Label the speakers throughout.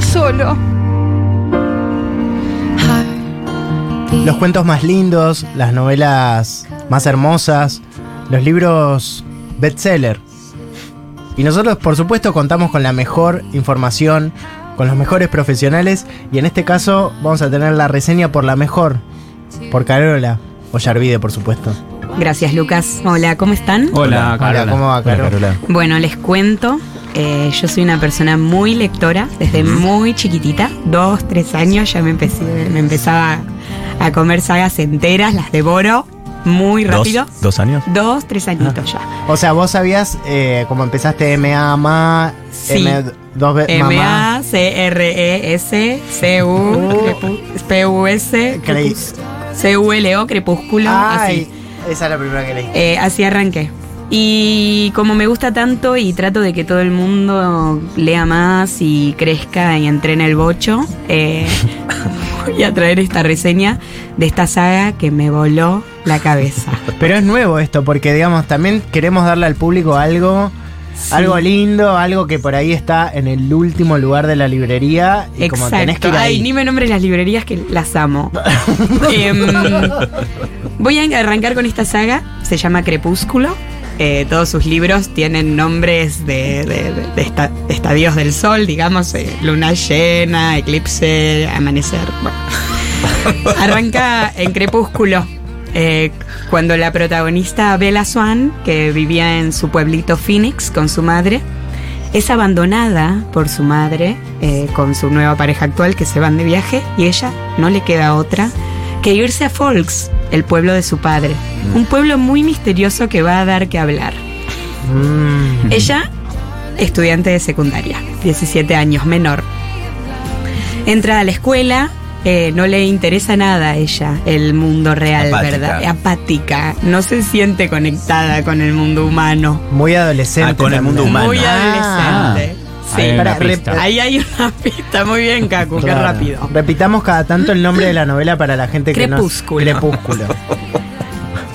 Speaker 1: solo.
Speaker 2: Los cuentos más lindos, las novelas más hermosas, los libros bestseller. Y nosotros, por supuesto, contamos con la mejor información, con los mejores profesionales, y en este caso vamos a tener la reseña por la mejor, por Carola, o Yarvide, por supuesto.
Speaker 3: Gracias, Lucas. Hola, ¿cómo están?
Speaker 4: Hola, Carola.
Speaker 2: Hola, ¿cómo va, Caro?
Speaker 3: Bueno, les cuento. eh, yo soy una persona muy lectora desde muy chiquitita, dos, tres años ya me, empecé, me empezaba a comer sagas enteras, las devoro muy
Speaker 4: ¿Dos,
Speaker 3: rápido.
Speaker 4: dos años?
Speaker 3: Dos, tres añitos ya.
Speaker 2: O sea, vos sabías, eh, como empezaste MA, MA,
Speaker 3: Sí.
Speaker 2: M, dos veces
Speaker 3: M
Speaker 2: mamá.
Speaker 3: Eh, A C R E S C U P U S
Speaker 2: Creí-
Speaker 3: C U L O Crepúsculo. así.
Speaker 2: Ay, esa es la primera que leí.
Speaker 3: Eh, así arranqué. Y como me gusta tanto y trato de que todo el mundo lea más y crezca y entrene el bocho, eh, voy a traer esta reseña de esta saga que me voló la cabeza.
Speaker 2: Pero es nuevo esto, porque digamos, también queremos darle al público algo, algo lindo, algo que por ahí está en el último lugar de la librería. Y como tenés que ir
Speaker 3: Exacto.
Speaker 2: ahí.
Speaker 3: Ay, ni me nombres las librerías que las amo. Em, voy a arrancar con esta saga. Se llama Crepúsculo. Eh, todos sus libros tienen nombres de, de- de- de esta- de estadios del sol, digamos, eh, luna llena, eclipse, amanecer. bueno. Arranca en Crepúsculo, eh, cuando la protagonista Bella Swan, que vivía en su pueblito Phoenix con su madre, es abandonada por su madre eh, con su nueva pareja actual que se van de viaje y ella no le queda otra que irse a Folks, el pueblo de su padre. Un pueblo muy misterioso que va a dar que hablar.
Speaker 2: Mm.
Speaker 3: Ella, estudiante de secundaria, 17 años menor. Entra a la escuela, eh, no le interesa nada a ella el mundo real,
Speaker 4: Apática.
Speaker 3: ¿verdad? Apática, no se siente conectada con el mundo humano.
Speaker 2: Muy adolescente.
Speaker 4: Ah, con el mundo
Speaker 2: también.
Speaker 4: humano.
Speaker 3: Muy
Speaker 2: Ah.
Speaker 3: adolescente. Sí.
Speaker 4: Ahí hay
Speaker 2: Para-
Speaker 4: una pista.
Speaker 2: rep-
Speaker 3: Ahí hay una pista, muy bien, Cacu, qué
Speaker 2: Claro.
Speaker 3: rápido.
Speaker 2: Repitamos cada tanto el nombre de la novela para la gente que no.
Speaker 3: Crepúsculo.
Speaker 2: Crepúsculo.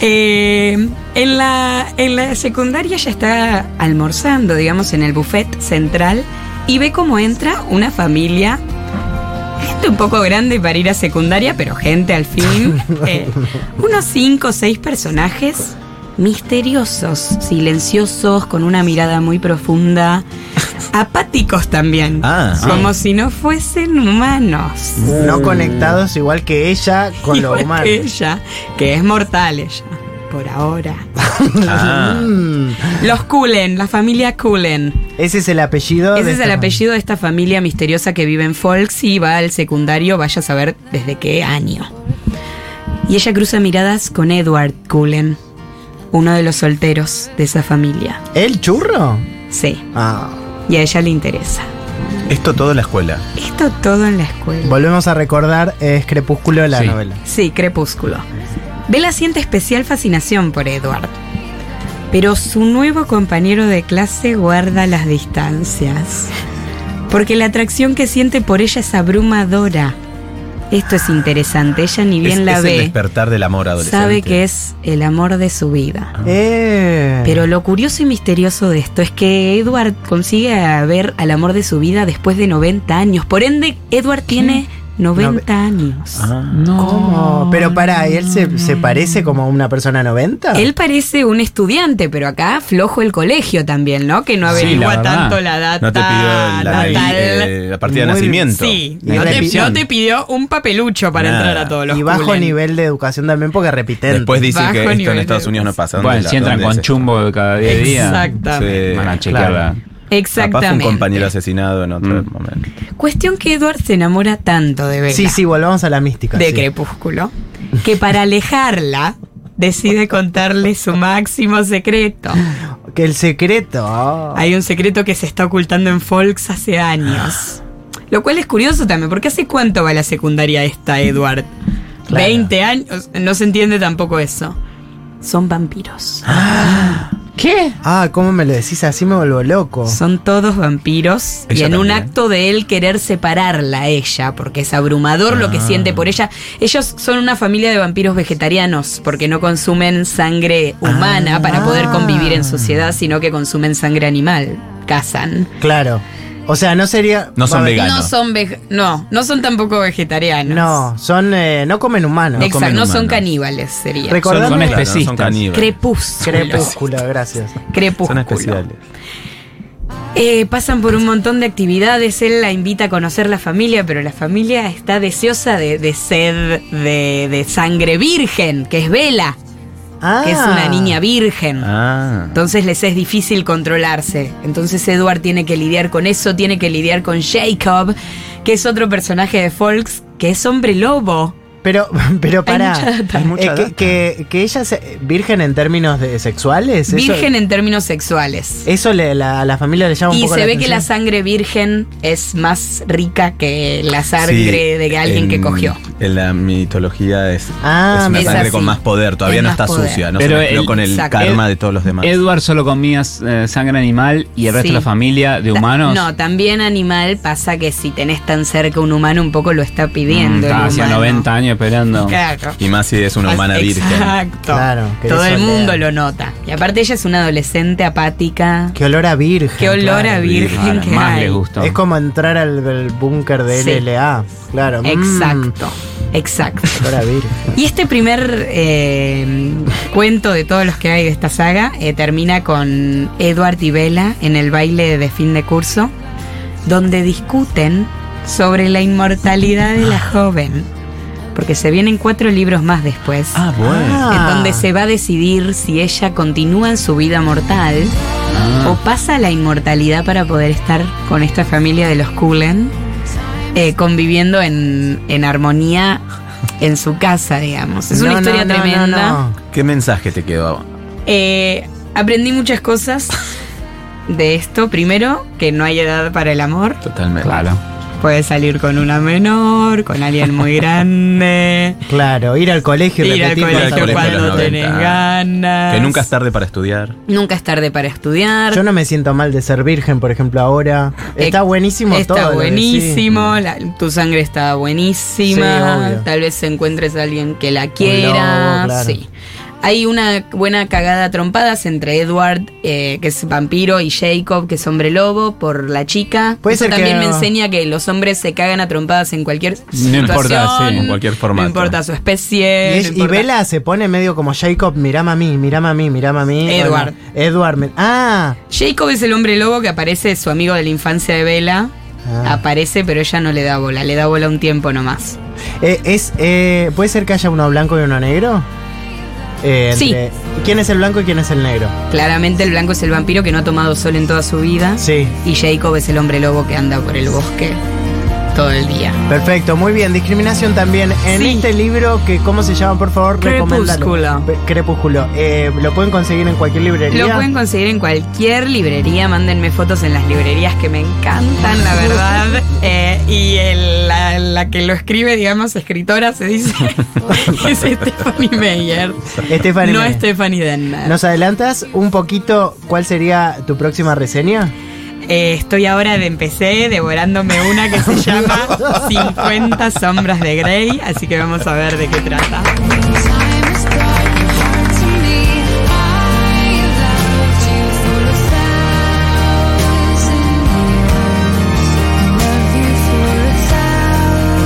Speaker 3: Eh, en, la, en la secundaria ya está almorzando, digamos, en el buffet central y ve cómo entra una familia. Gente un poco grande para ir a secundaria, pero gente al fin. Eh, unos cinco o seis personajes misteriosos, silenciosos, con una mirada muy profunda, apáticos también,
Speaker 4: Ah, sí.
Speaker 3: como si no fuesen humanos.
Speaker 4: Uh.
Speaker 2: no conectados igual que ella con lo
Speaker 3: Igual
Speaker 2: humano.
Speaker 3: que ella, que es mortal ella, por ahora.
Speaker 4: Ah.
Speaker 2: Mm.
Speaker 3: Los Cullen, la familia Cullen.
Speaker 2: Ese es el apellido.
Speaker 3: Ese
Speaker 2: de
Speaker 3: es el
Speaker 2: esta-
Speaker 3: apellido de esta familia misteriosa que vive en Folks y va al secundario, vaya a saber desde qué año. Y ella cruza miradas con Edward Cullen, uno de los solteros de esa familia.
Speaker 2: ¿El churro?
Speaker 3: Sí,
Speaker 2: Ah.
Speaker 3: y a ella le interesa.
Speaker 4: Esto todo en la escuela.
Speaker 3: Esto todo en la escuela.
Speaker 2: Volvemos a recordar, es Crepúsculo de la
Speaker 4: Sí.
Speaker 2: novela.
Speaker 3: Sí, Crepúsculo. Bella siente especial fascinación por Edward. Pero su nuevo compañero de clase guarda las distancias. Porque la atracción que siente por ella es abrumadora. Esto es interesante, ella ni bien
Speaker 4: es,
Speaker 3: la
Speaker 4: es el
Speaker 3: ve,
Speaker 4: despertar del amor adolescente.
Speaker 3: sabe que es el amor de su
Speaker 4: Ah.
Speaker 3: vida.
Speaker 2: Eh.
Speaker 3: Pero lo curioso y misterioso de esto es que Edward consigue a ver al amor de su vida después de 90 años. Por ende, Edward tiene 90 años.
Speaker 4: Ah.
Speaker 2: ¿Cómo? Pero pará, ¿y él se, se parece como a una persona 90?
Speaker 4: Ah.
Speaker 3: Él parece un estudiante, pero acá flojo el colegio también, ¿no? Que no
Speaker 4: Sí,
Speaker 3: averigua
Speaker 4: la verdad.
Speaker 3: tanto la data.
Speaker 4: No te pidió la,
Speaker 3: natal.
Speaker 4: eh, la partida de
Speaker 2: Muy-
Speaker 4: nacimiento.
Speaker 3: Sí,
Speaker 4: Ni
Speaker 3: no te,
Speaker 4: inscripción.
Speaker 3: no te pidió un papelucho para
Speaker 4: Nada.
Speaker 3: entrar a todos los
Speaker 2: Y bajo
Speaker 3: culen.
Speaker 2: nivel de educación también porque repiten.
Speaker 4: Después dicen
Speaker 3: Bajo
Speaker 4: que esto
Speaker 3: nivel
Speaker 4: en
Speaker 3: de
Speaker 4: Estados Unidos no pasa. ¿Dónde
Speaker 5: Bueno,
Speaker 4: la-
Speaker 5: si entran
Speaker 4: dónde
Speaker 5: con
Speaker 4: es esto?
Speaker 5: chumbo cada 10 días,
Speaker 3: Exactamente.
Speaker 4: Sí.
Speaker 5: van a chequearla.
Speaker 4: Capaz fue un
Speaker 3: Exactamente.
Speaker 4: compañero asesinado en otro
Speaker 5: Mm.
Speaker 4: momento.
Speaker 3: Cuestión que Edward se enamora tanto de Bella,
Speaker 2: Sí, sí, volvamos a la mística.
Speaker 3: de
Speaker 2: sí.
Speaker 3: Crepúsculo, que para alejarla decide contarle su máximo secreto.
Speaker 2: Que el secreto. ah.
Speaker 3: Hay un secreto que se está ocultando en Folks hace años. Lo cual es curioso también, porque ¿hace cuánto va la secundaria esta, Edward?
Speaker 2: Claro.
Speaker 3: ¿20 años? No se entiende tampoco eso. Son vampiros.
Speaker 2: Ah, ¿cómo me lo decís? Así me vuelvo loco.
Speaker 3: Son todos vampiros. y
Speaker 4: Ella
Speaker 3: en un
Speaker 4: también.
Speaker 3: acto de él querer separarla a ella, porque es abrumador lo que siente por ella. Ellos son una familia de vampiros vegetarianos, porque no consumen sangre humana para poder convivir en sociedad, sino que consumen sangre animal. Cazan.
Speaker 2: Claro. O sea, no sería.
Speaker 5: No son
Speaker 2: va a haber-
Speaker 5: veganos.
Speaker 3: No son veg- no, no son tampoco vegetarianos.
Speaker 2: No, son. eh, no comen humanos.
Speaker 3: Exacto,
Speaker 5: comen
Speaker 3: no son
Speaker 5: humanos.
Speaker 3: caníbales, sería.
Speaker 2: Recor-
Speaker 5: Son, son
Speaker 2: Acordame-
Speaker 5: especistas.
Speaker 4: Son caníbales.
Speaker 3: Crepúsculo.
Speaker 2: Crepúsculo, gracias.
Speaker 3: Crepúsculo.
Speaker 4: Son especiales.
Speaker 3: Eh, pasan por un montón de actividades, él la invita a conocer la familia, pero la familia está deseosa de, de sed de, de sangre virgen, que es Vela,
Speaker 2: Ah.
Speaker 3: que es una niña virgen.
Speaker 4: Ah.
Speaker 3: Entonces les es difícil controlarse. Entonces Edward tiene que lidiar con eso, tiene que lidiar con Jacob, que es otro personaje de Folks, que es hombre lobo.
Speaker 2: Pero, pero pará.
Speaker 3: mucha data.
Speaker 4: Hay mucha
Speaker 2: Eh, que-
Speaker 4: data.
Speaker 2: que, que, ella se- virgen en términos de sexuales. eso-
Speaker 3: Virgen en términos sexuales.
Speaker 2: Eso le- la- a la familia le llama un
Speaker 3: Y
Speaker 2: poco
Speaker 3: se
Speaker 2: la
Speaker 3: ve que la
Speaker 2: atención.
Speaker 3: sangre virgen es más rica que la sangre
Speaker 4: Sí,
Speaker 3: de alguien que
Speaker 4: en-
Speaker 3: cogió.
Speaker 4: En la mitología es,
Speaker 2: Ah,
Speaker 4: es una
Speaker 3: mira.
Speaker 4: sangre
Speaker 3: Es así.
Speaker 4: con más poder, todavía
Speaker 3: Es
Speaker 4: no
Speaker 3: más
Speaker 4: está
Speaker 3: poder.
Speaker 4: sucia, no
Speaker 5: Pero
Speaker 4: se mezcló
Speaker 5: el-
Speaker 4: con el
Speaker 3: Exacto.
Speaker 4: karma de todos los demás.
Speaker 5: Edward solo comía eh, sangre animal y el resto
Speaker 3: Sí.
Speaker 5: de la familia de
Speaker 3: Ta-
Speaker 5: humanos.
Speaker 3: No, también animal pasa que si tenés tan cerca un humano un poco lo está pidiendo. el
Speaker 5: Mm, está hacia
Speaker 3: humano.
Speaker 5: 90 años esperando.
Speaker 3: Claro.
Speaker 4: Y más si es una humana virgen.
Speaker 3: Exacto.
Speaker 2: Claro, que
Speaker 3: Todo
Speaker 2: eso
Speaker 3: el
Speaker 2: le-
Speaker 3: mundo lo nota. Y aparte ella es una adolescente apática.
Speaker 2: Qué olor a virgen.
Speaker 3: Qué olor
Speaker 2: claro.
Speaker 3: a virgen
Speaker 5: Claro,
Speaker 3: que
Speaker 5: más
Speaker 3: hay.
Speaker 5: les gustó.
Speaker 2: Es como entrar al, al búnker de
Speaker 3: Sí.
Speaker 2: LLA. Claro. mm,
Speaker 3: Exacto, exacto.
Speaker 2: olor a virgen.
Speaker 3: Y este primer eh, cuento de todos los que hay de esta saga eh, termina con Edward y Bella en el baile de fin de curso, donde discuten sobre la inmortalidad de la joven. Porque se vienen cuatro libros más después.
Speaker 5: Ah, bueno.
Speaker 2: Ah.
Speaker 3: en donde se va a decidir si ella continúa en su vida mortal
Speaker 2: Ah.
Speaker 3: o pasa a la inmortalidad para poder estar con esta familia de los Cullen, eh, conviviendo en, en armonía en su casa, digamos. Es una
Speaker 2: No, no,
Speaker 3: historia
Speaker 2: no, no,
Speaker 3: tremenda.
Speaker 2: no.
Speaker 4: ¿Qué mensaje te quedó?
Speaker 3: Eh, aprendí muchas cosas de esto. Primero, que no hay edad para el amor.
Speaker 4: Totalmente.
Speaker 5: Claro.
Speaker 3: Puedes salir con una menor, con alguien muy grande.
Speaker 2: Claro, ir al colegio y
Speaker 3: Ir al
Speaker 2: repetir cosas.
Speaker 3: colegio
Speaker 4: colegio a
Speaker 3: cuando
Speaker 4: los
Speaker 3: tenés
Speaker 4: 90.
Speaker 3: ganas.
Speaker 4: Que nunca es tarde para estudiar.
Speaker 3: Nunca es tarde para estudiar.
Speaker 2: Yo no me siento mal de ser virgen, por ejemplo, ahora. Está
Speaker 3: Eh,
Speaker 2: buenísimo
Speaker 3: está
Speaker 2: todo. lo que sí.
Speaker 3: buenísimo, la- tu sangre está buenísima.
Speaker 2: Sí, obvio.
Speaker 3: Tal vez encuentres a alguien que la quiera.
Speaker 2: lobo, claro.
Speaker 3: Sí. Hay una buena cagada a trompadas entre Edward, eh, que es vampiro, y Jacob, que es hombre lobo, por la chica.
Speaker 2: Puede
Speaker 3: Eso
Speaker 2: ser que
Speaker 3: también me
Speaker 2: no-
Speaker 3: enseña que los hombres se cagan a trompadas en cualquier
Speaker 5: No
Speaker 3: situación.
Speaker 5: importa, sí, en
Speaker 4: cualquier formato.
Speaker 3: No importa su especie.
Speaker 2: Y,
Speaker 3: eh, no
Speaker 2: es- y
Speaker 3: importa-
Speaker 2: Bella se pone medio como Jacob, mirame a mí, mirame a mí, mirame a mí.
Speaker 3: Edward.
Speaker 2: Bueno, Edward. me- ah,
Speaker 3: Jacob es el hombre lobo que aparece, su amigo de la infancia de Bella.
Speaker 2: Ah.
Speaker 3: Aparece, pero ella no le da bola, le da bola un tiempo nomás.
Speaker 2: eh, es, eh, ¿puede ser que haya uno blanco y uno negro? Eh,
Speaker 3: Sí.
Speaker 2: entre- ¿Quién es el blanco y quién es el negro?
Speaker 3: Claramente el blanco es el vampiro que no ha tomado sol en toda su vida.
Speaker 2: Sí.
Speaker 3: Y Jacob es el hombre lobo que anda por el bosque todo el día.
Speaker 2: Perfecto, muy bien. Discriminación también. En
Speaker 3: Sí.
Speaker 2: este libro, que ¿cómo se llama, por favor? Recomendalo.
Speaker 3: Crepúsculo.
Speaker 2: Pe- Crepúsculo. Eh, lo pueden conseguir en cualquier librería.
Speaker 3: Lo pueden conseguir en cualquier librería, mándenme fotos en las librerías que me encantan, la verdad. Eh, y el- la, la que lo escribe, digamos, escritora, se dice, es Stephanie Meyer,
Speaker 2: Estefany,
Speaker 3: no
Speaker 2: me-
Speaker 3: Stephanie Denner.
Speaker 2: ¿Nos adelantas un poquito cuál sería tu próxima reseña?
Speaker 3: Eh, estoy ahora de empecé devorándome una que se llama 50 sombras de Grey, así que vamos a ver de qué trata.
Speaker 1: Inside